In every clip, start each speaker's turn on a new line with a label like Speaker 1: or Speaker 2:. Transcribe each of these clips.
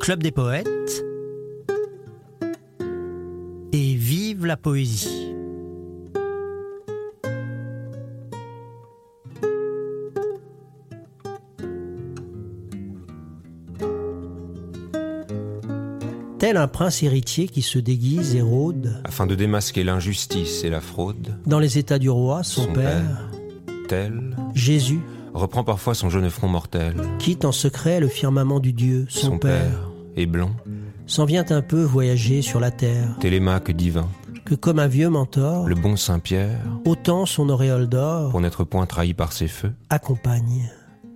Speaker 1: Club des poètes et vive la poésie. Tel un prince héritier qui se déguise et rôde
Speaker 2: afin de démasquer l'injustice et la fraude.
Speaker 1: dans les états du roi, son,
Speaker 2: Son
Speaker 1: père,
Speaker 2: Tel
Speaker 1: Jésus,
Speaker 2: reprend parfois son jeune front mortel.
Speaker 1: quitte en secret le firmament du Dieu, son, père,
Speaker 2: est blond,
Speaker 1: s'en vient un peu voyager sur la terre,
Speaker 2: télémaque divin,
Speaker 1: que comme un vieux mentor,
Speaker 2: le bon Saint-Pierre,
Speaker 1: autant son auréole d'or
Speaker 2: pour n'être point trahi par ses feux.
Speaker 1: accompagne.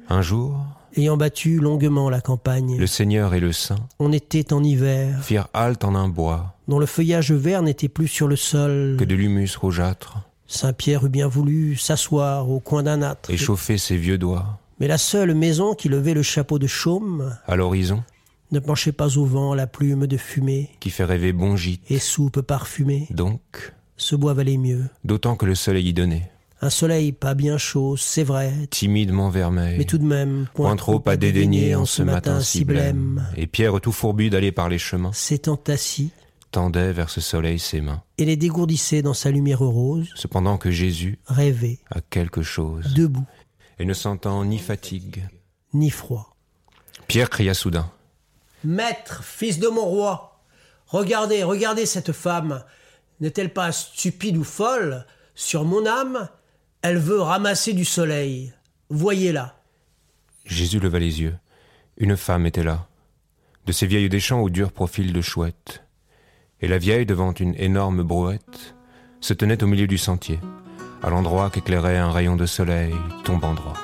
Speaker 2: Un jour,
Speaker 1: Ayant battu longuement la campagne,
Speaker 2: le Seigneur et le Saint
Speaker 1: on était en hiver,
Speaker 2: firent halte en un bois,
Speaker 1: dont le feuillage vert n'était plus sur le sol.
Speaker 2: que de l'humus rougeâtre
Speaker 1: Saint-Pierre eût bien voulu s'asseoir au coin d'un âtre.
Speaker 2: échauffait ses vieux doigts.
Speaker 1: Mais la seule maison qui levait le chapeau de chaume
Speaker 2: À l'horizon,
Speaker 1: ne penchait pas au vent la plume de fumée
Speaker 2: qui fait rêver bon gîte.
Speaker 1: et soupe parfumée.
Speaker 2: Donc,
Speaker 1: Ce bois valait mieux.
Speaker 2: d'autant que le soleil y donnait,
Speaker 1: Un soleil pas bien chaud, c'est vrai,
Speaker 2: timidement vermeil.
Speaker 1: mais tout de même
Speaker 2: Point trop à dédaigner en ce matin si blême. Et Pierre, tout fourbu d'aller par les chemins,
Speaker 1: s'étant assis
Speaker 2: tendait vers ce soleil ses mains.
Speaker 1: et les dégourdissait dans sa lumière rose,
Speaker 2: Cependant que Jésus
Speaker 1: rêvait,
Speaker 2: a quelque chose,
Speaker 1: debout,
Speaker 2: et ne sentant ni fatigue,
Speaker 1: ni froid.
Speaker 2: Pierre cria soudain.
Speaker 1: Maître, fils de mon roi, regardez, regardez cette femme. N'est-elle pas stupide ou folle Sur mon âme, elle veut ramasser du soleil. Voyez-la.
Speaker 2: Jésus leva les yeux. Une femme était là, de ces vieilles des champs au dur profil de chouette. Et la vieille, devant une énorme brouette, se tenait au milieu du sentier, à l'endroit qu'éclairait un rayon de soleil tombant droit.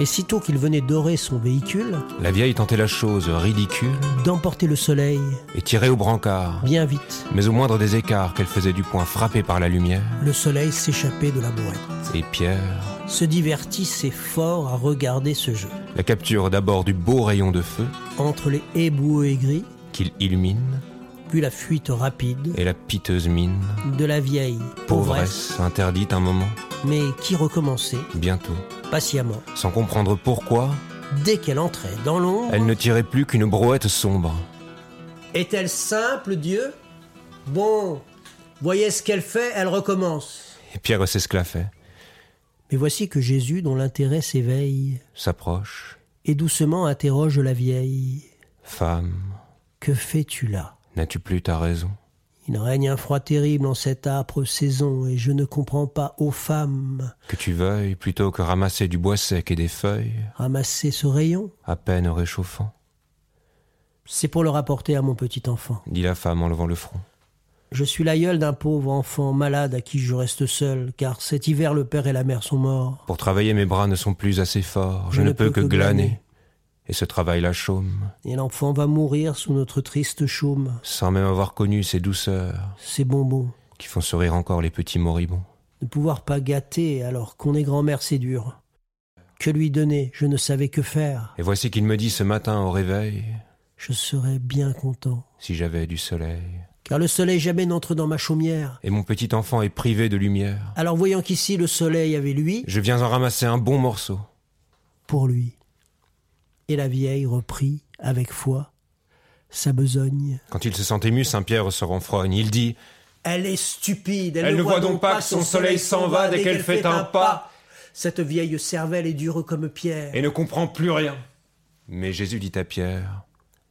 Speaker 1: Et sitôt qu'il venait dorer son véhicule,
Speaker 2: La vieille tentait la chose ridicule
Speaker 1: d'emporter le soleil,
Speaker 2: et tirait au brancard,
Speaker 1: bien vite,
Speaker 2: mais au moindre des écarts qu'elle faisait du poing frappé par la lumière,
Speaker 1: le soleil s'échappait de la brouette.
Speaker 2: et Pierre
Speaker 1: Se divertissait fort à regarder ce jeu.
Speaker 2: la capture d'abord du beau rayon de feu
Speaker 1: Entre les haies boueux et gris,
Speaker 2: qu'il illumine,
Speaker 1: puis la fuite rapide
Speaker 2: et la piteuse mine,
Speaker 1: de la vieille
Speaker 2: pauvresse interdite un moment,
Speaker 1: mais qui recommençait
Speaker 2: bientôt,
Speaker 1: patiemment.
Speaker 2: sans comprendre pourquoi,
Speaker 1: Dès qu'elle entrait dans l'ombre,
Speaker 2: Elle ne tirait plus qu'une brouette sombre.
Speaker 1: Est-elle simple, Dieu Bon, voyez ce qu'elle fait, elle recommence.
Speaker 2: Et Pierre s'esclaffait,
Speaker 1: Mais voici que Jésus, dont l'intérêt s'éveille,
Speaker 2: s'approche.
Speaker 1: et doucement interroge la vieille.
Speaker 2: Femme,
Speaker 1: Que fais-tu là
Speaker 2: n'as-tu plus ta raison
Speaker 1: Il règne un froid terrible en cette âpre saison, et je ne comprends pas, ô femmes,
Speaker 2: Que tu veuilles, plutôt que ramasser du bois sec et des feuilles,
Speaker 1: ramasser ce rayon.
Speaker 2: à peine réchauffant,
Speaker 1: C'est pour le rapporter à mon petit enfant.
Speaker 2: dit la femme en levant le front.
Speaker 1: Je suis l'aïeul d'un pauvre enfant malade à qui je reste seul, car cet hiver le père et la mère sont morts.
Speaker 2: Pour travailler, mes bras ne sont plus assez forts, je, ne peux, que glaner. Et ce travail-là chôme,
Speaker 1: Et l'enfant va mourir sous notre triste chaume,
Speaker 2: sans même avoir connu ces douceurs
Speaker 1: ces bonbons.
Speaker 2: qui font sourire encore les petits moribonds.
Speaker 1: Ne pouvoir pas gâter alors qu'on est grand-mère, c'est dur. Que lui donner Je ne savais que faire.
Speaker 2: Et voici qu'il me dit ce matin au réveil,
Speaker 1: Je serais bien content.
Speaker 2: si j'avais du soleil.
Speaker 1: Car le soleil jamais n'entre dans ma chaumière.
Speaker 2: Et mon petit enfant est privé de lumière.
Speaker 1: Alors voyant qu'ici le soleil avait lui,
Speaker 2: Je viens en ramasser un bon morceau.
Speaker 1: pour lui. Et la vieille reprit, avec foi, sa besogne.
Speaker 2: Quand il se sent ému, Saint-Pierre se renfrogne. Il dit
Speaker 1: Elle est stupide.
Speaker 2: Elle ne voit donc pas que son soleil s'en va dès qu'elle fait un pas.
Speaker 1: Cette vieille cervelle est dure comme pierre.
Speaker 2: Et ne comprend plus rien. Mais Jésus dit à Pierre,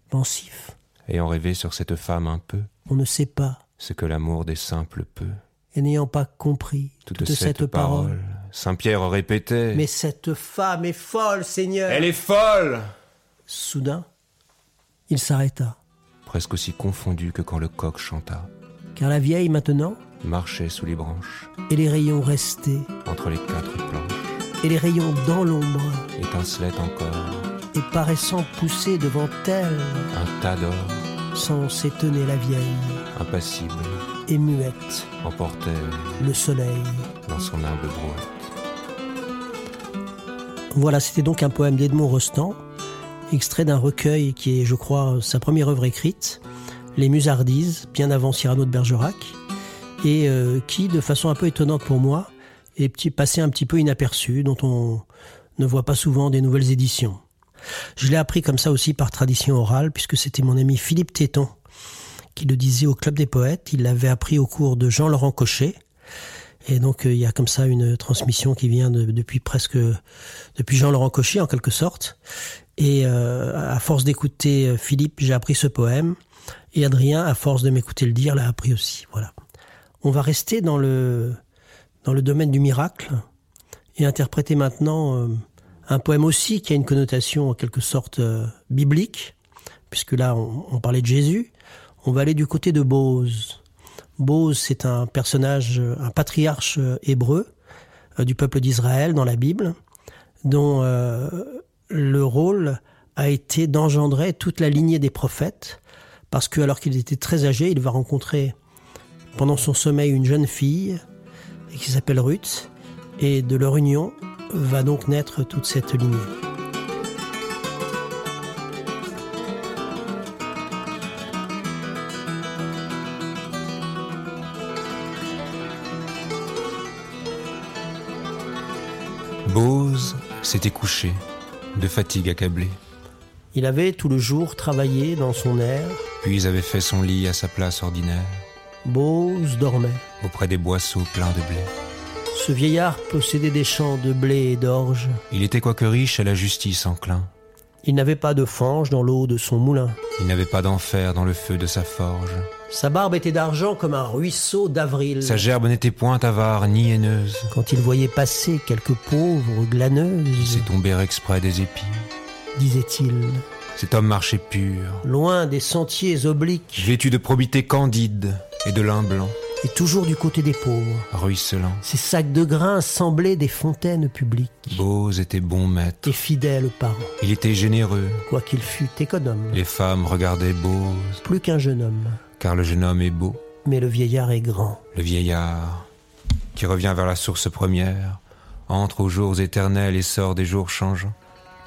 Speaker 1: Pensif,
Speaker 2: ayant rêvé sur cette femme un peu,
Speaker 1: on ne sait pas,
Speaker 2: ce que l'amour des simples peut.
Speaker 1: et n'ayant pas compris
Speaker 2: Toute, cette, parole, Saint-Pierre répétait
Speaker 1: Mais cette femme est folle, Seigneur.
Speaker 2: Elle est folle
Speaker 1: Soudain, il s'arrêta,
Speaker 2: Presque aussi confondu que quand le coq chanta,
Speaker 1: car la vieille maintenant,
Speaker 2: marchait sous les branches,
Speaker 1: et les rayons restaient,
Speaker 2: entre les quatre planches,
Speaker 1: et les rayons dans l'ombre,
Speaker 2: étincelait encore,
Speaker 1: et paraissant pousser devant elle,
Speaker 2: un tas d'or,
Speaker 1: sans s'étonner la vieille,
Speaker 2: impassible,
Speaker 1: et muette,
Speaker 2: emportait
Speaker 1: le soleil.
Speaker 2: dans son humble brouette.
Speaker 1: Voilà, c'était donc un poème d'Edmond Rostand, extrait d'un recueil qui est, je crois, sa première œuvre écrite, Les Musardises, bien avant Cyrano de Bergerac, et euh, qui, de façon un peu étonnante pour moi, est petit- passé un petit peu inaperçu, dont on, ne voit pas souvent des nouvelles éditions. Je l'ai appris comme ça aussi par tradition orale, puisque c'était mon ami Philippe Téton qui le disait au Club des Poètes. Il l'avait appris au cours de Jean-Laurent Cochet. Et donc euh, il y a comme ça une transmission qui vient de, depuis presque depuis Jean-Laurent Cochet en quelque sorte. Et euh, à force d'écouter euh, Philippe, j'ai appris ce poème. Et Adrien, à force de m'écouter le dire, l'a appris aussi. Voilà. On va rester dans le dans le domaine du miracle et interpréter maintenant euh, un poème aussi qui a une connotation en quelque sorte euh, biblique, puisque là on, on, parlait de Jésus. On va aller du côté de Bose. Bose, c'est un personnage, euh, un patriarche hébreu euh, du peuple d'Israël dans la Bible, dont euh, le rôle a été d'engendrer toute la lignée des prophètes, parce que alors qu'il était très âgé, il va rencontrer pendant son sommeil une jeune fille qui s'appelle Ruth, et de leur union va donc naître toute cette lignée.
Speaker 2: Bose s'était couché, de fatigue accablée.
Speaker 1: Il avait tout le jour travaillé dans son air,
Speaker 2: puis avait fait son lit à sa place ordinaire.
Speaker 1: Bose dormait.
Speaker 2: Auprès des boisseaux pleins de blé.
Speaker 1: Ce vieillard possédait des champs de blé et d'orge.
Speaker 2: Il était quoique riche à la justice enclin.
Speaker 1: Il n'avait pas de fange dans l'eau de son moulin.
Speaker 2: Il n'avait pas d'enfer dans le feu de sa forge.
Speaker 1: Sa barbe était d'argent comme un ruisseau d'avril.
Speaker 2: Sa gerbe n'était point avare ni haineuse.
Speaker 1: Quand il voyait passer quelques pauvres glaneuses.
Speaker 2: Il s'est tombé exprès des épis.
Speaker 1: Disait-il.
Speaker 2: Cet homme marchait pur.
Speaker 1: Loin des sentiers obliques.
Speaker 2: Vêtu de probité candide et de lin blanc.
Speaker 1: Et toujours du côté des pauvres.
Speaker 2: Ruisselant.
Speaker 1: Ses sacs de grains semblaient des fontaines publiques.
Speaker 2: Bose était bon maître.
Speaker 1: Et fidèle aux parents.
Speaker 2: Il était généreux.
Speaker 1: Quoiqu'il fût économe.
Speaker 2: Les femmes regardaient Bose.
Speaker 1: Plus qu'un jeune homme.
Speaker 2: Car le jeune homme est beau.
Speaker 1: Mais le vieillard est grand.
Speaker 2: Le vieillard, qui revient vers la source première, entre aux jours éternels et sort des jours changeants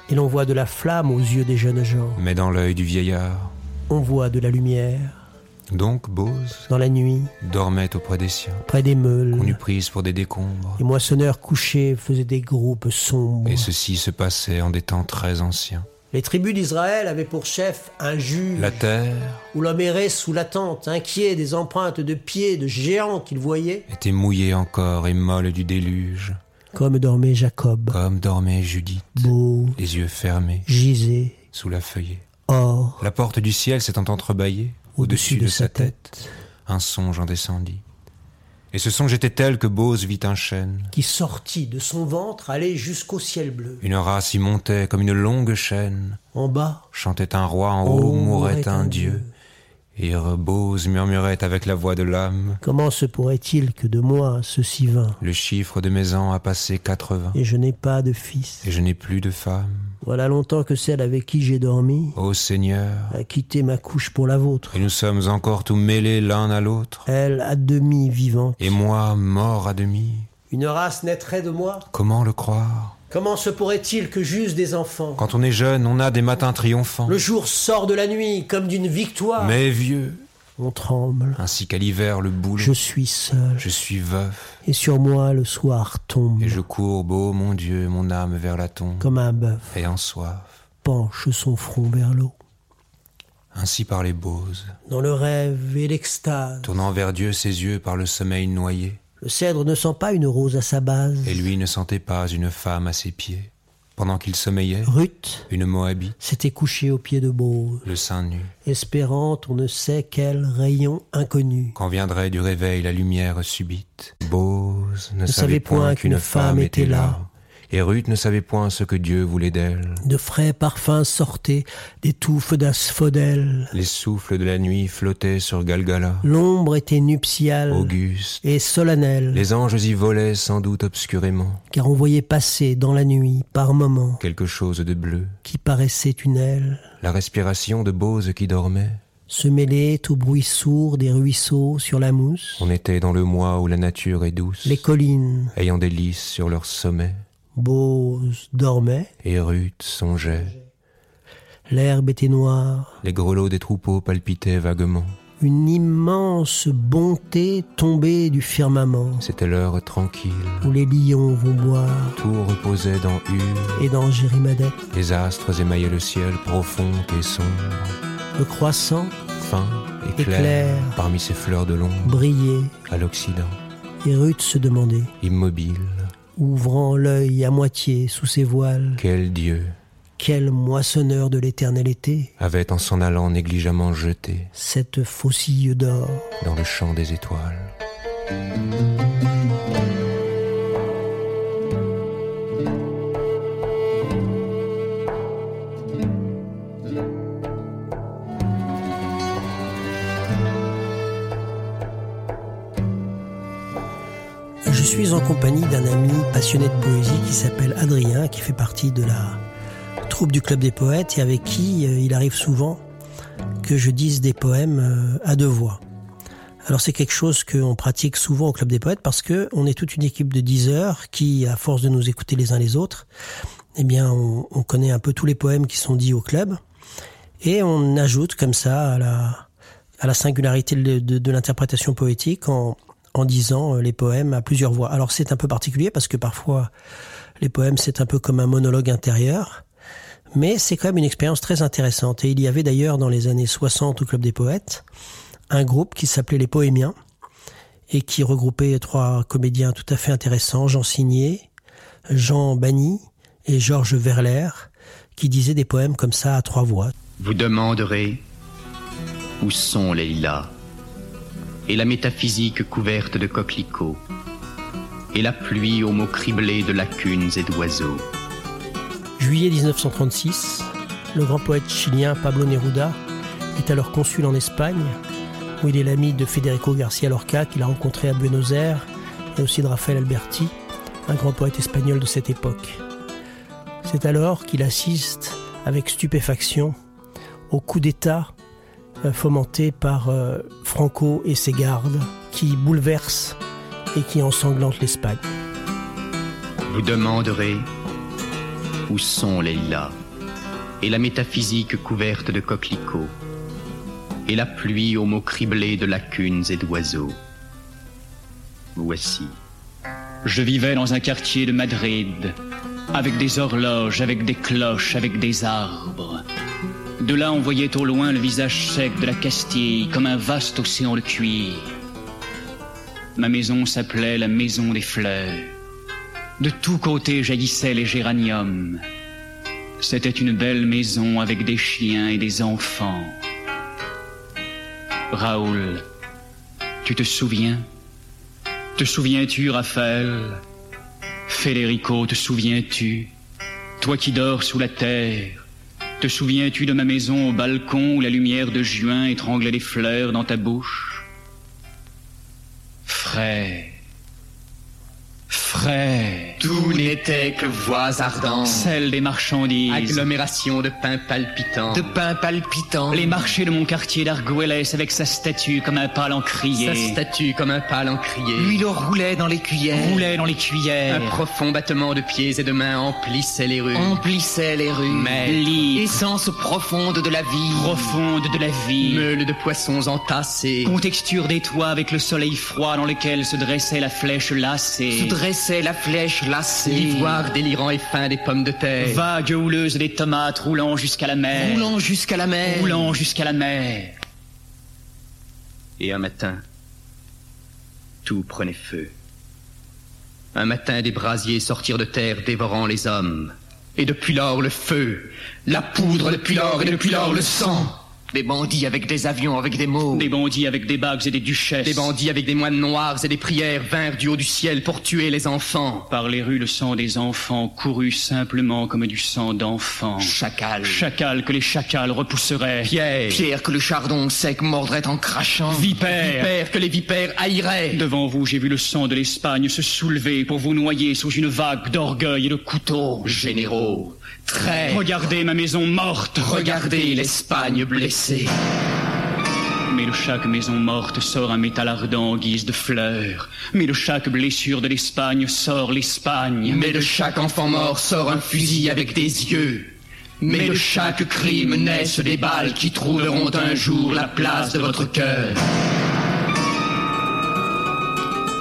Speaker 1: et l'on voit de la flamme aux yeux des jeunes gens.
Speaker 2: Mais dans l'œil du vieillard,
Speaker 1: on voit de la lumière.
Speaker 2: Donc Bose,
Speaker 1: dans la nuit,
Speaker 2: dormait auprès des siens,
Speaker 1: près des meules,
Speaker 2: qu'on eût prises pour des décombres.
Speaker 1: Les moissonneurs couchés faisaient des groupes sombres.
Speaker 2: Et ceci se passait en des temps très anciens.
Speaker 1: Les tribus d'Israël avaient pour chef un juge.
Speaker 2: La terre.
Speaker 1: Où l'homme errait sous la tente, inquiet des empreintes de pieds de géants qu'il voyait.
Speaker 2: Était mouillée encore et molle du déluge.
Speaker 1: Comme dormait Jacob.
Speaker 2: Comme dormait Judith.
Speaker 1: Beau.
Speaker 2: Les yeux fermés.
Speaker 1: Gisait.
Speaker 2: Sous la feuillée.
Speaker 1: Or.
Speaker 2: La porte du ciel s'étant entrebâillée.
Speaker 1: Au-dessus de, de, sa tête, tête.
Speaker 2: Un songe en descendit. Et ce songe était tel que Bose vit un chêne.
Speaker 1: Qui sortit de son ventre, allait jusqu'au ciel bleu.
Speaker 2: Une race y montait comme une longue chaîne.
Speaker 1: En bas.
Speaker 2: Chantait un roi, en haut Oh, mourait un, un dieu. dieu. Et Bose murmurait avec la voix de l'âme.
Speaker 1: Comment se pourrait-il que de moi ceci vint
Speaker 2: Le chiffre de mes ans a passé quatre-vingts.
Speaker 1: Et je n'ai pas de fils.
Speaker 2: Et je n'ai plus de femme.
Speaker 1: Voilà longtemps que celle avec qui j'ai dormi.
Speaker 2: Ô Seigneur.
Speaker 1: A quitté ma couche pour la vôtre.
Speaker 2: Et nous sommes encore tout mêlés l'un à l'autre.
Speaker 1: Elle à demi vivante.
Speaker 2: Et moi mort à demi.
Speaker 1: Une race naîtrait de moi
Speaker 2: Comment le croire
Speaker 1: Comment se pourrait-il que j'use des enfants
Speaker 2: Quand on est jeune, on a des matins triomphants.
Speaker 1: Le jour sort de la nuit comme d'une victoire.
Speaker 2: Mais vieux,
Speaker 1: on tremble.
Speaker 2: Ainsi qu'à l'hiver le boulot.
Speaker 1: Je suis seul.
Speaker 2: Je suis veuf.
Speaker 1: Et sur moi le soir tombe.
Speaker 2: Et je courbe, ô oh, mon Dieu, mon âme vers la tombe.
Speaker 1: Comme un bœuf.
Speaker 2: Et en soif.
Speaker 1: Penche son front vers l'eau.
Speaker 2: Ainsi par les Bose.
Speaker 1: Dans le rêve et l'extase.
Speaker 2: Tournant vers Dieu ses yeux par le sommeil noyé.
Speaker 1: Le cèdre ne sent pas une rose à sa base.
Speaker 2: Et lui ne sentait pas une femme à ses pieds. Pendant qu'il sommeillait,
Speaker 1: Ruth,
Speaker 2: une Moabite,
Speaker 1: s'était couchée aux pieds de Bose,
Speaker 2: le sein nu,
Speaker 1: espérant on ne sait quel rayon inconnu.
Speaker 2: Quand viendrait du réveil la lumière subite, Bose ne,
Speaker 1: ne savait, point qu'une femme était là.
Speaker 2: Et Ruth ne savait point ce que Dieu voulait d'elle.
Speaker 1: De frais parfums sortaient des touffes d'asphodèle.
Speaker 2: Les souffles de la nuit flottaient sur Galgala.
Speaker 1: L'ombre était nuptiale,
Speaker 2: auguste
Speaker 1: et solennelle.
Speaker 2: Les anges y volaient sans doute obscurément,
Speaker 1: car on voyait passer dans la nuit, par moments,
Speaker 2: quelque chose de bleu
Speaker 1: qui paraissait une aile.
Speaker 2: La respiration de Bose qui dormait
Speaker 1: se mêlait au bruit sourd des ruisseaux sur la mousse.
Speaker 2: On était dans le mois où la nature est douce.
Speaker 1: Les collines
Speaker 2: ayant des lys sur leurs sommets.
Speaker 1: Bose dormait.
Speaker 2: Et Ruth songeait.
Speaker 1: L'herbe était noire.
Speaker 2: Les grelots des troupeaux palpitaient vaguement.
Speaker 1: une immense bonté tombée du firmament,
Speaker 2: C'était l'heure tranquille.
Speaker 1: où les lions vont boire,
Speaker 2: Tout reposait dans une.
Speaker 1: et dans Gérimadac,
Speaker 2: Les astres émaillaient le ciel profond et sombre,
Speaker 1: le croissant
Speaker 2: fin et
Speaker 1: Éclair.
Speaker 2: clair, parmi ces fleurs de l'ombre,
Speaker 1: brillait,
Speaker 2: à l'occident,
Speaker 1: et Ruth se demandait,
Speaker 2: immobile.
Speaker 1: ouvrant l'œil à moitié sous ses voiles,
Speaker 2: Quel dieu
Speaker 1: quel moissonneur de l'éternel était
Speaker 2: avait en s'en allant négligemment jeté
Speaker 1: cette faucille d'or.
Speaker 2: dans le champ des étoiles
Speaker 1: Je suis en compagnie d'un ami passionné de poésie qui s'appelle Adrien, qui fait partie de la troupe du Club des Poètes et avec qui euh, il arrive souvent que je dise des poèmes euh, à deux voix. Alors c'est quelque chose qu'on pratique souvent au Club des Poètes parce que on est toute une équipe de 10 heures qui, à force de nous écouter les uns les autres, eh bien on, on connaît un peu tous les poèmes qui sont dits au club et on ajoute comme ça à la, à la singularité de, de- de l'interprétation poétique en, en disant euh, les poèmes à plusieurs voix. Alors c'est un peu particulier parce que parfois les poèmes c'est un peu comme un monologue intérieur, mais c'est quand même une expérience très intéressante. Et il y avait d'ailleurs dans les années 60 au Club des Poètes un groupe qui s'appelait les Poémiens et qui regroupait trois comédiens tout à fait intéressants, Jean Signé, Jean Bani et Georges Verler, qui disaient des poèmes comme ça à trois voix.
Speaker 3: Vous demanderez où sont les lilas et la métaphysique couverte de coquelicots et la pluie aux mots criblés de lacunes et d'oiseaux.
Speaker 1: Juillet 1936, le grand poète chilien Pablo Neruda est alors consul en Espagne, où il est l'ami de Federico Garcia Lorca, qu'il a rencontré à Buenos Aires, et aussi de Rafael Alberti, un grand poète espagnol de cette époque. C'est alors qu'il assiste avec stupéfaction au coup d'État euh, fomenté par euh, Franco et ses gardes, qui bouleverse et qui ensanglante l'Espagne.
Speaker 3: Vous demanderez où sont les lilas et la métaphysique couverte de coquelicots et la pluie aux mots criblés de lacunes et d'oiseaux. Voici.
Speaker 4: Je vivais dans un quartier de Madrid, avec des horloges, avec des cloches, avec des arbres. De là, on voyait au loin le visage sec de la Castille, comme un vaste océan de cuir. Ma maison s'appelait la maison des fleurs. De tous côtés jaillissaient les géraniums. C'était une belle maison avec des chiens et des enfants. Raoul, tu te souviens te souviens-tu, Raphaël Federico, te souviens-tu Toi qui dors sous la terre, te souviens-tu de ma maison au balcon où la lumière de juin étranglait les fleurs dans ta bouche Frère, frère,
Speaker 3: Tout n'était que voix ardentes,
Speaker 4: celle des marchandises,
Speaker 3: agglomération de pain palpitant, de pain palpitant,
Speaker 4: les marchés de mon quartier d'Argoëlès avec sa statue comme un pâle encrier,
Speaker 3: Sa statue comme un pâle encrier.
Speaker 5: L'huile roulait dans les cuillères,
Speaker 4: roulait dans les cuillères,
Speaker 3: Un profond battement de pieds et de mains emplissait les rues.
Speaker 5: emplissait les rues,
Speaker 3: Mais
Speaker 4: libre,
Speaker 5: essence profonde de la vie,
Speaker 4: profonde de la vie.
Speaker 3: meules de poissons entassés.
Speaker 4: Contexture des toits avec le soleil froid dans lequel se dressait la flèche lassée.
Speaker 5: se dressait la flèche lacée,
Speaker 3: L'ivoire délirant et fin des pommes de terre.
Speaker 4: Vague houleuse des tomates roulant jusqu'à la mer.
Speaker 5: roulant jusqu'à la mer,
Speaker 4: Roulant jusqu'à la mer.
Speaker 3: Et un matin, tout prenait feu. Un matin, des brasiers sortirent de terre dévorant les hommes. Et depuis lors, le feu, la poudre depuis lors, et depuis lors, le sang.
Speaker 5: des bandits avec des avions, avec des mots,
Speaker 4: Des bandits avec des bagues et des duchesses.
Speaker 3: Des bandits avec des moines noirs et des prières vinrent du haut du ciel pour tuer les enfants.
Speaker 4: Par les rues, le sang des enfants couru simplement comme du sang d'enfants.
Speaker 5: chacals,
Speaker 4: Chacal que les chacals repousseraient.
Speaker 3: Pierre,
Speaker 5: pierre que le chardon sec mordrait en crachant,
Speaker 4: Vipère.
Speaker 3: vipères que les vipères haïraient.
Speaker 4: Devant vous, j'ai vu le sang de l'Espagne se soulever pour vous noyer sous une vague d'orgueil et de couteaux.
Speaker 3: Généraux, très
Speaker 4: Regardez ma maison morte.
Speaker 3: regardez l'Espagne blessée.
Speaker 4: Mais de chaque maison morte sort un métal ardent en guise de fleurs. Mais de chaque blessure de l'Espagne sort l'Espagne.
Speaker 3: Mais de chaque enfant mort sort un fusil avec des yeux.
Speaker 6: Mais de chaque crime naissent des balles qui trouveront un jour la place de votre cœur.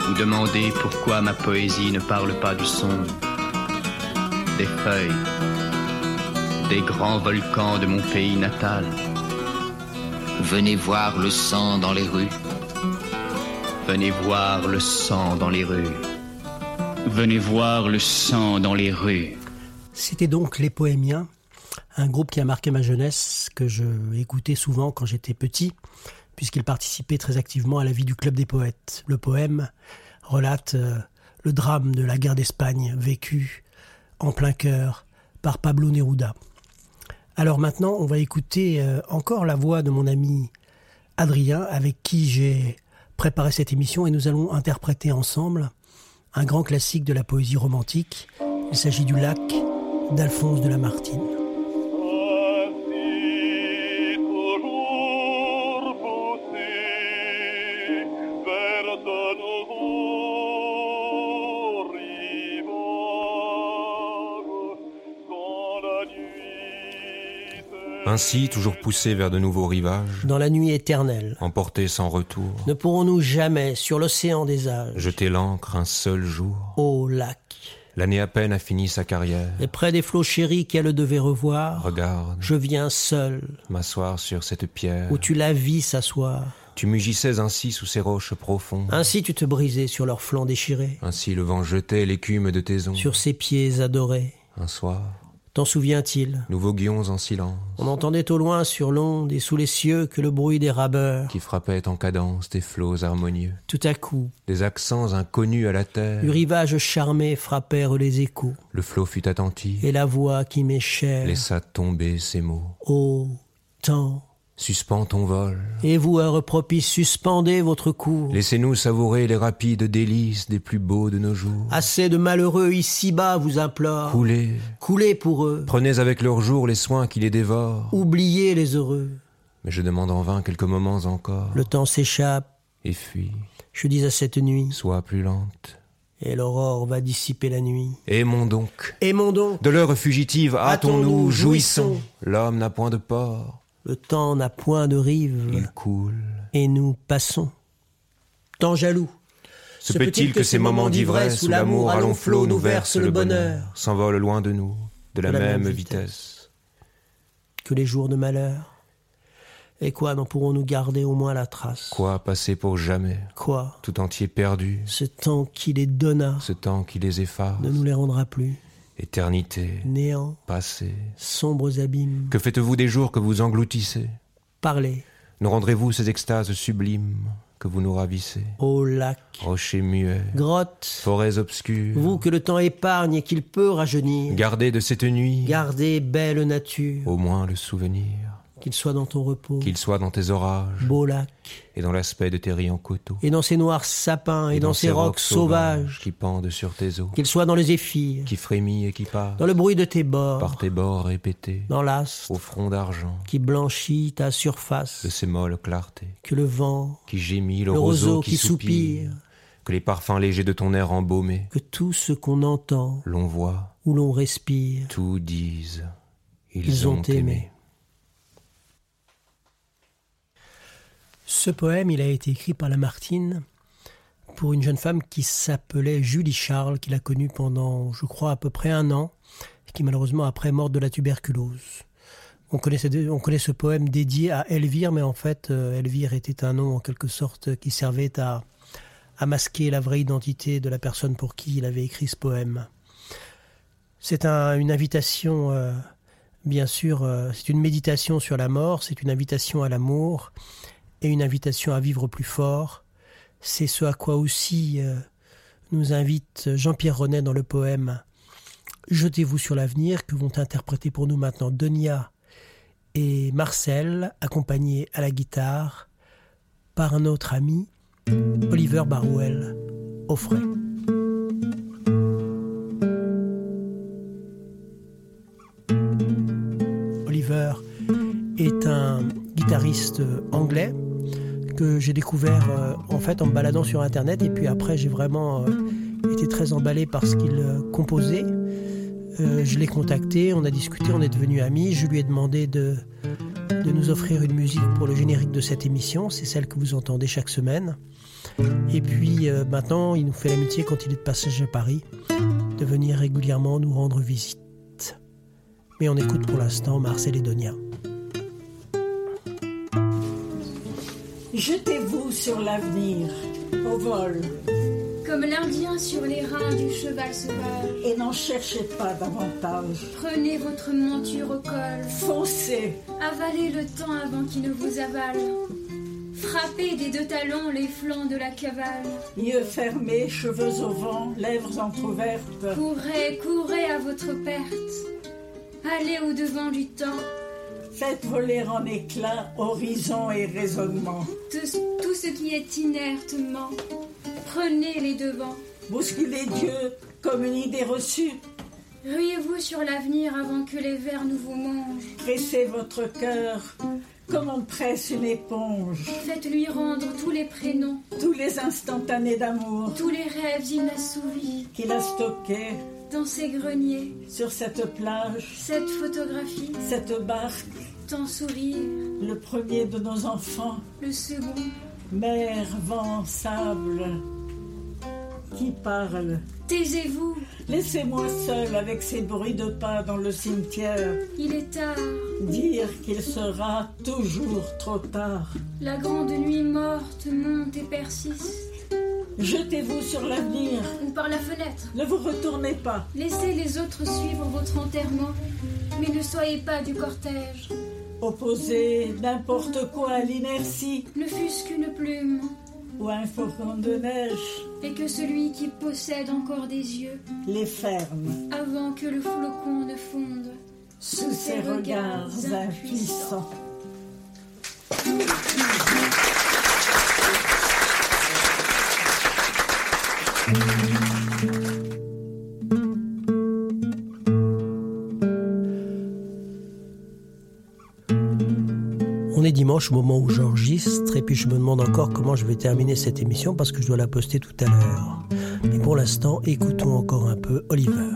Speaker 7: Vous demandez pourquoi ma poésie ne parle pas du son, des feuilles, des grands volcans de mon pays natal.
Speaker 6: Venez voir le sang dans les rues.
Speaker 7: Venez voir le sang dans les rues.
Speaker 4: Venez voir le sang dans les rues.
Speaker 1: C'était donc Les Poémiens, un groupe qui a marqué ma jeunesse, que je écoutais souvent quand j'étais petit, puisqu'il participait très activement à la vie du Club des Poètes. Le poème relate euh, le drame de la guerre d'Espagne vécu en plein cœur par Pablo Neruda. Alors maintenant, on va écouter euh, encore la voix de mon ami Adrien, avec qui j'ai préparé cette émission, et nous allons interpréter ensemble un grand classique de la poésie romantique. Il s'agit du lac d'Alphonse de Lamartine.
Speaker 8: Ainsi toujours poussé vers de nouveaux rivages, quand la nuit
Speaker 2: Ainsi, toujours poussé vers de nouveaux rivages,
Speaker 1: Dans la nuit éternelle,
Speaker 2: emporté sans retour,
Speaker 1: ne pourrons-nous jamais, sur l'océan des âges,
Speaker 2: jeter l'ancre un seul jour.
Speaker 1: au lac,
Speaker 2: L'année à peine a fini sa carrière.
Speaker 1: et près des flots chéris qu'elle devait revoir,
Speaker 2: Regarde,
Speaker 1: je viens seul,
Speaker 2: m'asseoir sur cette pierre.
Speaker 1: où tu la vis s'asseoir.
Speaker 2: Tu mugissais ainsi sous ces roches profondes.
Speaker 1: Ainsi tu te brisais sur leurs flancs déchirés,
Speaker 2: Ainsi le vent jetait l'écume de tes
Speaker 1: sur
Speaker 2: ongles.
Speaker 1: ses pieds adorés.
Speaker 2: Un soir,
Speaker 1: T'en souviens-t-il
Speaker 2: nous voguions en silence,
Speaker 1: On entendait au loin sur l'onde et sous les cieux que le bruit des rabeurs.
Speaker 2: qui frappait en cadence des flots harmonieux.
Speaker 1: Tout à coup,
Speaker 2: Des accents inconnus à la terre.
Speaker 1: du rivage charmé frappèrent les échos,
Speaker 2: Le flot fut attentif,
Speaker 1: et la voix qui m'est chère,
Speaker 2: laissa tomber ces mots.
Speaker 1: ô temps,
Speaker 2: Suspends ton vol.
Speaker 1: et vous, heure propice, suspendez votre cours.
Speaker 2: Laissez-nous savourer les rapides délices des plus beaux de nos jours.
Speaker 1: Assez de malheureux ici-bas vous implore,
Speaker 2: Coulez,
Speaker 1: coulez pour eux,
Speaker 2: prenez avec leurs jours les soins qui les dévorent.
Speaker 1: oubliez les heureux.
Speaker 2: Mais je demande en vain quelques moments encore,
Speaker 1: Le temps s'échappe,
Speaker 2: et fuis,
Speaker 1: je dis à cette nuit,
Speaker 2: sois plus lente.
Speaker 1: et l'aurore va dissiper la nuit.
Speaker 2: Aimons donc.
Speaker 1: Aimons donc,
Speaker 2: De l'heure fugitive, hâtons-nous,
Speaker 1: Hâtons-nous,
Speaker 2: jouissons.
Speaker 1: jouissons.
Speaker 2: L'homme n'a point de port,
Speaker 1: le temps n'a point de
Speaker 2: il
Speaker 1: rive,
Speaker 2: coule.
Speaker 1: et nous passons. Temps jaloux,
Speaker 2: Se peut-il que ces moments d'ivresse où l'amour à long flot nous verse le bonheur s'envolent loin de nous, de la, même, vitesse.
Speaker 1: que les jours de malheur. Et quoi, n'en pourrons-nous garder au moins la trace
Speaker 2: Quoi passer pour jamais,
Speaker 1: Quoi
Speaker 2: tout entier perdu,
Speaker 1: Ce temps qui les donna
Speaker 2: ce temps qui les efface,
Speaker 1: ne nous les rendra plus.
Speaker 2: éternité,
Speaker 1: Néant,
Speaker 2: passé.
Speaker 1: sombres abîmes,
Speaker 2: Que faites-vous des jours que vous engloutissez
Speaker 1: parlez,
Speaker 2: Nous rendrez-vous ces extases sublimes que vous nous ravissez
Speaker 1: ô lac,
Speaker 2: Rochers muets,
Speaker 1: grotte,
Speaker 2: forêts obscures,
Speaker 1: vous que le temps épargne et qu'il peut rajeunir,
Speaker 2: gardez de cette nuit
Speaker 1: gardez belle nature,
Speaker 2: au moins le souvenir,
Speaker 1: qu'il soit dans ton repos,
Speaker 2: qu'il soit dans tes orages
Speaker 1: beau lac,
Speaker 2: et dans l'aspect de tes riens coteaux.
Speaker 1: et dans ces noirs sapins, et, dans, ces rocs sauvages,
Speaker 2: qui pendent sur tes eaux,
Speaker 1: qu'il soit dans les zéphyrs,
Speaker 2: qui frémit et qui passe
Speaker 1: dans le bruit de tes
Speaker 2: par
Speaker 1: bords,
Speaker 2: tes bords répétés
Speaker 1: dans l'astre
Speaker 2: au front d'argent
Speaker 1: qui blanchit ta surface,
Speaker 2: de ces molles clartés,
Speaker 1: que le vent,
Speaker 2: qui gémit le,
Speaker 1: Le
Speaker 2: roseau,
Speaker 1: roseau
Speaker 2: qui,
Speaker 1: qui
Speaker 2: soupire,
Speaker 1: soupire.
Speaker 2: que les parfums légers de ton air embaumé,
Speaker 1: que tout ce qu'on entend
Speaker 2: l'on voit,
Speaker 1: ou l'on respire,
Speaker 2: tout disent, ils,
Speaker 1: Ils
Speaker 2: ont,
Speaker 1: ont
Speaker 2: aimé.
Speaker 1: aimé. Ce poème, il a été écrit par Lamartine pour une jeune femme qui s'appelait Julie Charles, qu'il a connue pendant, je crois, à peu près un an, et qui malheureusement après est morte de la tuberculose. On connaît, ce- on connaît ce poème dédié à Elvire, mais en fait, euh, Elvire était un nom en quelque sorte qui servait à, à masquer la vraie identité de la personne pour qui il avait écrit ce poème. C'est un- une invitation, euh, bien sûr, euh, c'est une méditation sur la mort, c'est une invitation à l'amour, et une invitation à vivre plus fort. C'est ce à quoi aussi euh, nous invite Jean-Pierre Renet dans le poème Jetez-vous sur l'avenir que vont interpréter pour nous maintenant Denia et Marcel, accompagnés à la guitare par notre ami Oliver Barwell, Offray. Oliver est un guitariste anglais que j'ai découvert euh, en fait en me baladant sur internet et puis après j'ai vraiment euh, été très emballé par ce qu'il euh, composait. euh, je l'ai contacté, on a discuté, on est devenus amis. Je lui ai demandé de, de nous offrir une musique pour le générique de cette émission. C'est celle que vous entendez chaque semaine. Et puis euh, maintenant, il nous fait l'amitié quand il est de passage à Paris de venir régulièrement nous rendre visite. Mais on écoute pour l'instant Marcel Edonia.
Speaker 9: Jetez-vous sur l'avenir, au vol,
Speaker 10: Comme l'Indien sur les reins du cheval sauvage,
Speaker 9: et n'en cherchez pas davantage.
Speaker 10: prenez votre monture au col,
Speaker 9: Foncez,
Speaker 10: avalez le temps avant qu'il ne vous avale, frappez des deux talons les flancs de la cavale,
Speaker 9: yeux fermés, cheveux au vent, lèvres entrouvertes.
Speaker 10: courez, courez à votre perte, allez au-devant du temps,
Speaker 9: Faites voler en éclats horizon et raisonnement.
Speaker 10: tout, tout ce qui est inerte ment, prenez les devants,
Speaker 9: Bousculez Dieu comme une idée reçue.
Speaker 10: ruez-vous sur l'avenir avant que les vers nous vous mangent,
Speaker 9: Pressez votre cœur comme on presse une éponge.
Speaker 10: faites-lui rendre tous les prénoms,
Speaker 9: Tous les instantanés d'amour
Speaker 10: tous les rêves inassouvis
Speaker 9: qu'il a stockés
Speaker 10: dans ses greniers.
Speaker 9: sur cette plage,
Speaker 10: Cette photographie,
Speaker 9: cette barque,
Speaker 10: ton sourire,
Speaker 9: le premier de nos enfants.
Speaker 10: le second,
Speaker 9: Mer, vent, sable, qui parle
Speaker 10: taisez-vous,
Speaker 9: Laissez-moi seul avec ces bruits de pas dans le cimetière,
Speaker 10: il est tard,
Speaker 9: dire qu'il sera toujours trop tard.
Speaker 10: la grande nuit morte monte et persiste,
Speaker 9: Jetez-vous sur l'avenir,
Speaker 10: ou par la fenêtre,
Speaker 9: ne vous retournez pas,
Speaker 10: laissez les autres suivre votre enterrement, mais ne soyez pas du cortège,
Speaker 9: opposez n'importe quoi à l'inertie
Speaker 10: ne fût-ce qu'une plume,
Speaker 9: ou à un faucon de neige,
Speaker 10: et que celui qui possède encore des yeux,
Speaker 9: les ferme
Speaker 10: avant que le flocon ne fonde,
Speaker 9: sous ses regards impuissants.
Speaker 1: On est dimanche au moment où j'enregistre et puis je me demande encore comment je vais terminer cette émission parce que je dois la poster tout à l'heure. Mais pour l'instant, écoutons encore un peu Oliver.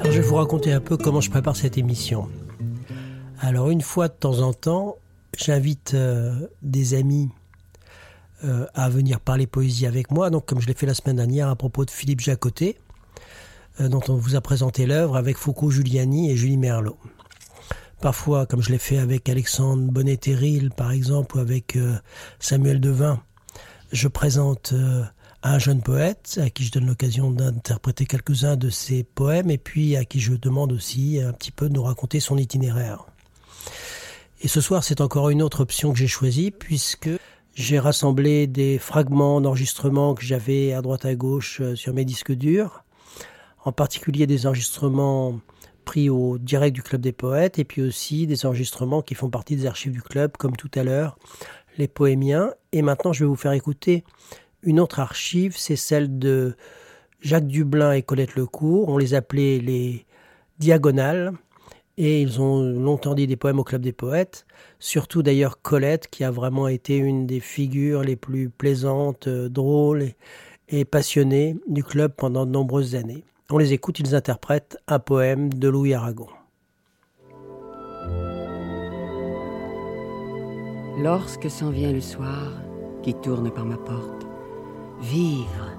Speaker 1: Alors je vais vous raconter un peu comment je prépare cette émission. Alors une fois de temps en temps, j'invite euh, des amis euh, à venir parler poésie avec moi, donc comme je l'ai fait la semaine dernière à propos de Philippe Jacotet, euh, dont on vous a présenté l'œuvre avec Foucault Giuliani et Julie Merlot. Parfois, comme je l'ai fait avec Alexandre Bonnet-Terril, par exemple, ou avec euh, Samuel Devin, je présente euh, à un jeune poète à qui je donne l'occasion d'interpréter quelques-uns de ses poèmes et puis à qui je demande aussi un petit peu de nous raconter son itinéraire. Et ce soir, c'est encore une autre option que j'ai choisie puisque j'ai rassemblé des fragments d'enregistrements que j'avais à droite à gauche euh, sur mes disques durs, en particulier des enregistrements pris au direct du Club des Poètes et puis aussi des enregistrements qui font partie des archives du club comme tout à l'heure, les poémiens. Et maintenant, je vais vous faire écouter une autre archive, c'est celle de Jacques Dublin et Colette Lecourt. On les appelait les Diagonales. Et ils ont longtemps dit des poèmes au Club des Poètes. Surtout d'ailleurs Colette, qui a vraiment été une des figures les plus plaisantes, euh, drôles et, et passionnées du club pendant de nombreuses années. On les écoute, ils interprètent un poème de Louis Aragon.
Speaker 11: Lorsque s'en vient le soir qui tourne par ma porte, vivre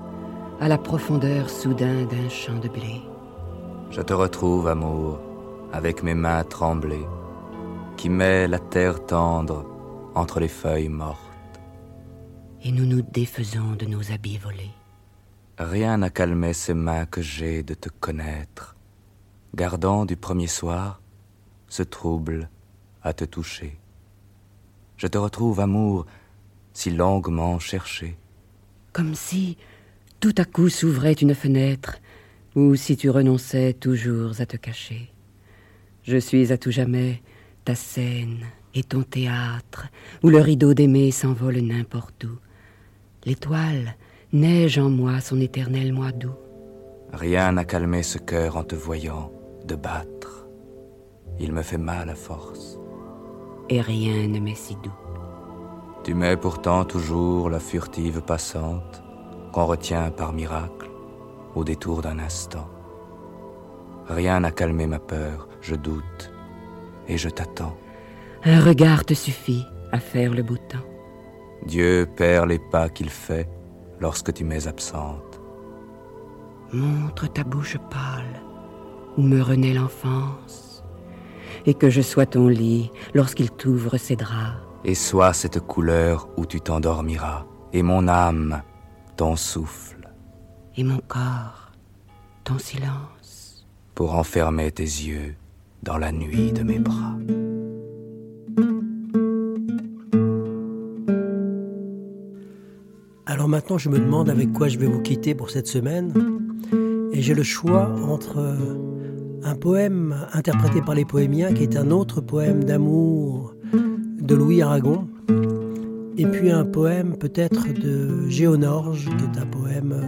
Speaker 11: à la profondeur soudain d'un champ de blé.
Speaker 12: Je te retrouve, amour, avec mes mains tremblées, qui met la terre tendre entre les feuilles mortes.
Speaker 11: Et nous nous défaisons de nos habits volés.
Speaker 12: Rien n'a calmé ces mains que j'ai de te connaître, gardant du premier soir ce trouble à te toucher. Je te retrouve, amour, si longuement cherchée.
Speaker 11: Comme si tout à coup s'ouvrait une fenêtre, ou si tu renonçais toujours à te cacher. Je suis à tout jamais ta scène et ton théâtre, où le rideau d'aimer s'envole n'importe où. L'étoile neige en moi son éternel mois d'août.
Speaker 12: Rien n'a calmé ce cœur en te voyant de battre. Il me fait mal à force.
Speaker 11: Et rien ne m'est si doux.
Speaker 12: Tu m'es pourtant toujours la furtive passante qu'on retient par miracle au détour d'un instant. Rien n'a calmé ma peur, je doute et je t'attends.
Speaker 11: Un regard te suffit à faire le beau temps.
Speaker 12: Dieu perd les pas qu'il fait lorsque tu m'es absente.
Speaker 11: Montre ta bouche pâle où me renaît l'enfance, et que je sois ton lit lorsqu'il t'ouvre ses draps.
Speaker 12: Et sois cette couleur où tu t'endormiras, et mon âme, ton souffle.
Speaker 11: Et mon corps, ton silence.
Speaker 12: Pour enfermer tes yeux dans la nuit de mes bras.
Speaker 1: Alors maintenant, je me demande avec quoi je vais vous quitter pour cette semaine. Et j'ai le choix entre euh, un poème interprété par les poémiens, qui est un autre poème d'amour de Louis Aragon, et puis un poème peut-être de Géonorge, qui est un poème euh,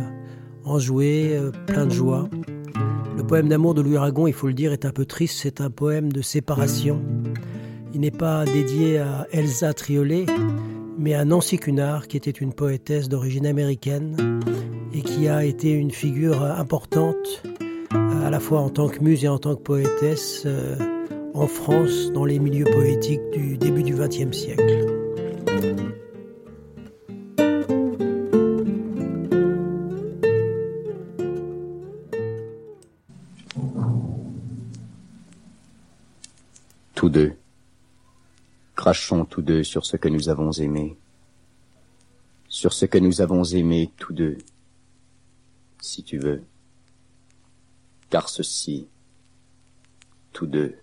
Speaker 1: enjoué, plein de joie. Le poème d'amour de Louis Aragon, il faut le dire, est un peu triste, c'est un poème de séparation. Il n'est pas dédié à Elsa Triolet, mais à Nancy Cunard, qui était une poétesse d'origine américaine et qui a été une figure euh, importante, euh, à la fois en tant que muse et en tant que poétesse, euh, en France, dans les milieux poétiques du début du XXe siècle.
Speaker 7: Tous deux crachons tous deux sur ce que nous avons aimé, sur ce que nous avons aimé tous deux, si tu veux, car ceci, tous deux,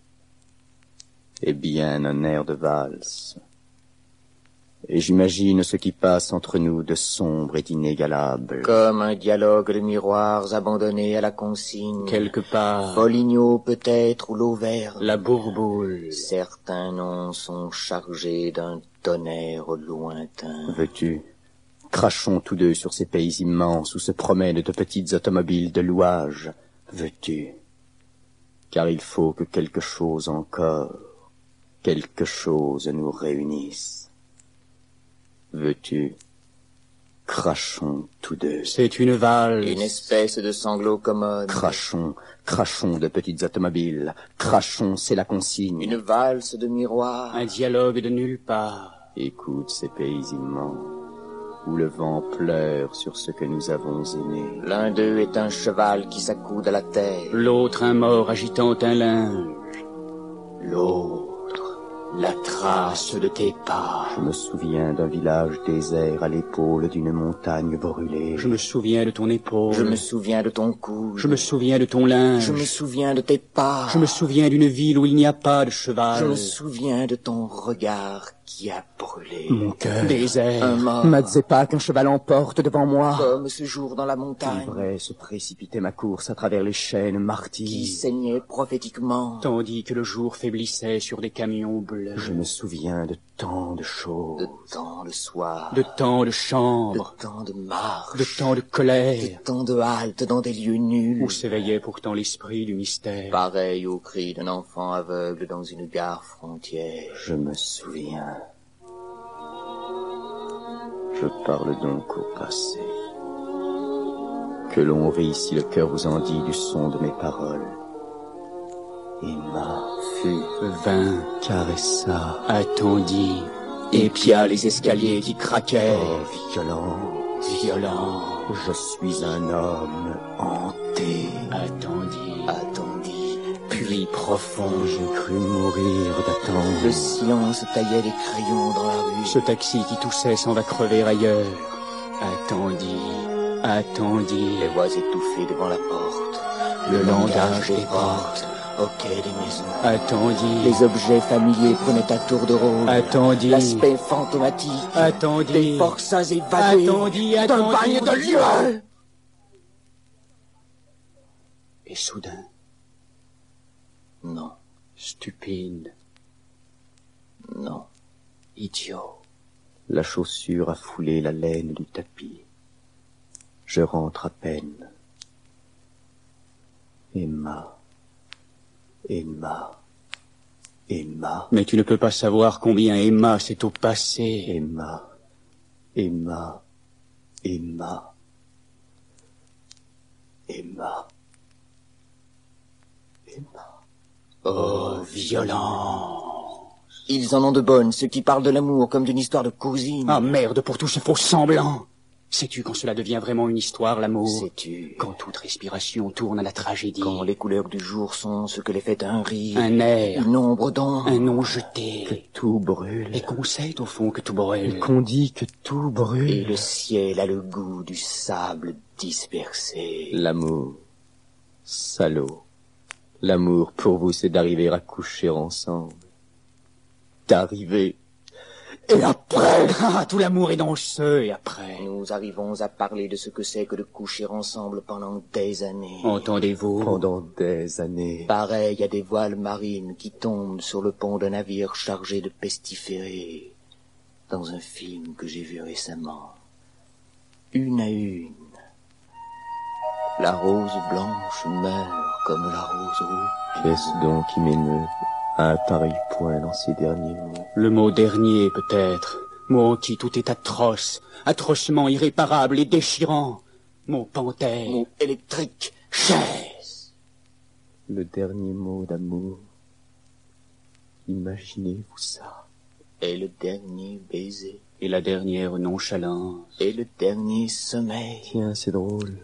Speaker 7: est bien un air de valse, et j'imagine ce qui passe entre nous de sombre et d'inégalable.
Speaker 6: Comme un dialogue de miroirs abandonné à la consigne.
Speaker 7: Quelque part.
Speaker 6: Foligno peut-être ou l'Auvergne.
Speaker 7: La bourboule.
Speaker 6: Certains noms sont chargés d'un tonnerre lointain.
Speaker 7: Veux-tu Crachons tous deux sur ces pays immenses où se promènent de petites automobiles de louages. Veux-tu Car il faut que quelque chose encore, quelque chose nous réunisse. Veux-tu Crachons tous deux.
Speaker 6: C'est une valse. Une espèce de sanglot commode.
Speaker 7: Crachons, crachons de petites automobiles. Crachons, c'est la consigne.
Speaker 6: Une valse de miroir.
Speaker 7: Un dialogue de nulle part. Écoute ces pays immenses où le vent pleure sur ce que nous avons aimé.
Speaker 6: L'un d'eux est un cheval qui s'accoude à la terre.
Speaker 7: L'autre un mort agitant un linge.
Speaker 6: L'autre la trace de tes pas.
Speaker 7: Je me souviens d'un village désert à l'épaule d'une montagne brûlée.
Speaker 4: Je me souviens de ton épaule.
Speaker 6: Je me souviens de ton cou.
Speaker 4: Je me souviens de ton linge.
Speaker 6: Je me souviens de tes pas.
Speaker 4: Je me souviens d'une ville où il n'y a pas de cheval.
Speaker 6: Je me souviens de ton regard qui a brûlé.
Speaker 4: Mon cœur.
Speaker 6: Désert. Un mort.
Speaker 7: Mazzepa qu'un cheval emporte devant moi.
Speaker 6: Comme ce jour dans la montagne.
Speaker 7: J'ivrais se précipitait ma course à travers les chaînes martyrs.
Speaker 6: Qui saignaient prophétiquement.
Speaker 4: Tandis que le jour faiblissait sur des camions bleus.
Speaker 7: Je me souviens de tant de choses.
Speaker 6: De tant de soirs.
Speaker 4: De tant de chambres.
Speaker 6: De tant de marches.
Speaker 4: De tant de colères.
Speaker 6: De tant de haltes dans des lieux nuls.
Speaker 4: Où s'éveillait pourtant l'esprit du mystère.
Speaker 6: Pareil au cri d'un enfant aveugle dans une gare frontière.
Speaker 7: Je me souviens. Je parle donc au passé. Que l'on rit si le cœur vous en dit du son de mes paroles. Emma
Speaker 4: fut, vint,
Speaker 7: caressa,
Speaker 4: attendit,
Speaker 6: épia les escaliers qui craquaient.
Speaker 7: Oh, violent,
Speaker 6: violent,
Speaker 7: je suis un homme hanté.
Speaker 4: Attendit,
Speaker 6: attendit, puis profond,
Speaker 7: j'ai cru mourir d'attendre.
Speaker 6: Le silence taillait les crayons dans la rue.
Speaker 4: Ce taxi qui toussait s'en va crever ailleurs. Attendit, attendit,
Speaker 6: les voix étouffées devant la porte.
Speaker 4: Le, le langage des portes
Speaker 6: hoquets des maisons.
Speaker 4: Attendez.
Speaker 6: Les objets familiers prenaient à tour de rôle.
Speaker 4: Attendez.
Speaker 6: Oh, L'aspect fantomatique.
Speaker 4: Attendez.
Speaker 6: Des forçats évadés.
Speaker 4: Attendez, attendez.
Speaker 6: D'un bagne de lieu. Et soudain. Non. Stupide. Non. Idiot.
Speaker 7: La chaussure a foulé la laine du tapis. Je rentre à peine. Emma. Emma. Emma.
Speaker 4: Mais tu ne peux pas savoir combien Emma c'est au passé.
Speaker 7: Emma. Emma. Emma. Emma. Emma.
Speaker 6: Oh, violent. Ils en ont de bonnes, ceux qui parlent de l'amour comme d'une histoire de cousine.
Speaker 4: Ah merde pour tout ce faux semblant. Sais-tu quand cela devient vraiment une histoire, l'amour
Speaker 6: Sais-tu
Speaker 4: Quand toute respiration tourne à la tragédie.
Speaker 6: Quand les couleurs du jour sont ce que l'effet d'un rire.
Speaker 4: Un air.
Speaker 6: Une ombre d'ombre.
Speaker 4: Un nom jeté.
Speaker 7: Que tout brûle.
Speaker 4: Et qu'on sait au fond que tout brûle.
Speaker 7: Et qu'on dit que tout brûle.
Speaker 6: Et le ciel a le goût du sable dispersé.
Speaker 7: L'amour. Salaud. L'amour pour vous, c'est d'arriver à coucher ensemble. D'arriver
Speaker 6: et après
Speaker 4: ah, Tout l'amour est dans ce et après.
Speaker 6: Nous arrivons à parler de ce que c'est que de coucher ensemble pendant des années.
Speaker 4: Entendez-vous
Speaker 7: Pendant des années.
Speaker 6: Pareil à des voiles marines qui tombent sur le pont d'un navire chargé de pestiférés. Dans un film que j'ai vu récemment. Une à une. La rose blanche meurt comme la rose rouge.
Speaker 7: Qu'est-ce donc qui m'émeut à un pareil point dans ces derniers mots.
Speaker 4: Le mot dernier, peut-être. Mot en qui tout est atroce, atrocement irréparable et déchirant. Mot panthère.
Speaker 6: Mot électrique, chaise.
Speaker 7: Le dernier mot d'amour. Imaginez-vous ça.
Speaker 6: Et le dernier baiser.
Speaker 4: Et la dernière nonchalance.
Speaker 6: Et le dernier sommeil.
Speaker 7: Tiens, c'est drôle.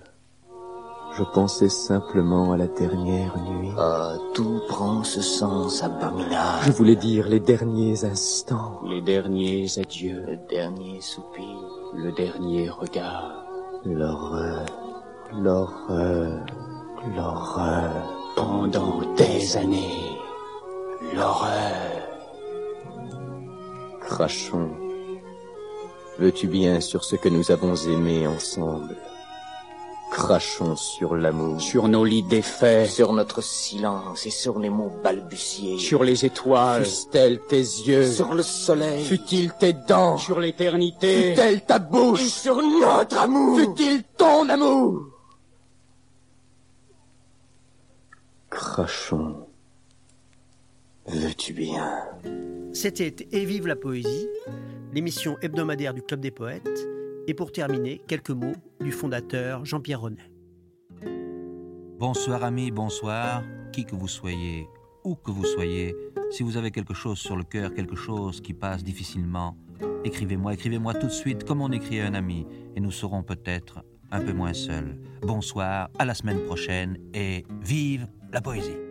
Speaker 7: Je pensais simplement à la dernière nuit.
Speaker 6: Ah, tout prend ce sens abominable.
Speaker 7: Ah, Je voulais dire les derniers instants.
Speaker 4: Les derniers adieux.
Speaker 6: Le dernier soupir.
Speaker 4: Le dernier regard.
Speaker 7: L'horreur. L'horreur. L'horreur.
Speaker 4: Pendant des années. L'horreur.
Speaker 7: Crachons. Veux-tu bien sur ce que nous avons aimé ensemble? crachons sur l'amour.
Speaker 4: Sur nos lits défaits.
Speaker 6: Sur notre silence et sur les mots balbutiés.
Speaker 4: Sur les étoiles.
Speaker 7: Fussent-elles tes yeux.
Speaker 6: Sur le soleil.
Speaker 7: Fut-il tes dents.
Speaker 4: Sur l'éternité.
Speaker 7: Fut-elle ta bouche.
Speaker 6: Et sur notre amour.
Speaker 7: Fut-il ton amour. Crachons. Veux-tu bien
Speaker 1: C'était Et vive la poésie, l'émission hebdomadaire du Club des Poètes. Et pour terminer, quelques mots du fondateur Jean-Pierre Renet.
Speaker 13: Bonsoir amis, bonsoir, qui que vous soyez, où que vous soyez, si vous avez quelque chose sur le cœur, quelque chose qui passe difficilement, écrivez-moi, écrivez-moi tout de suite comme on écrit à un ami, et nous serons peut-être un peu moins seuls. Bonsoir, à la semaine prochaine, et vive la poésie.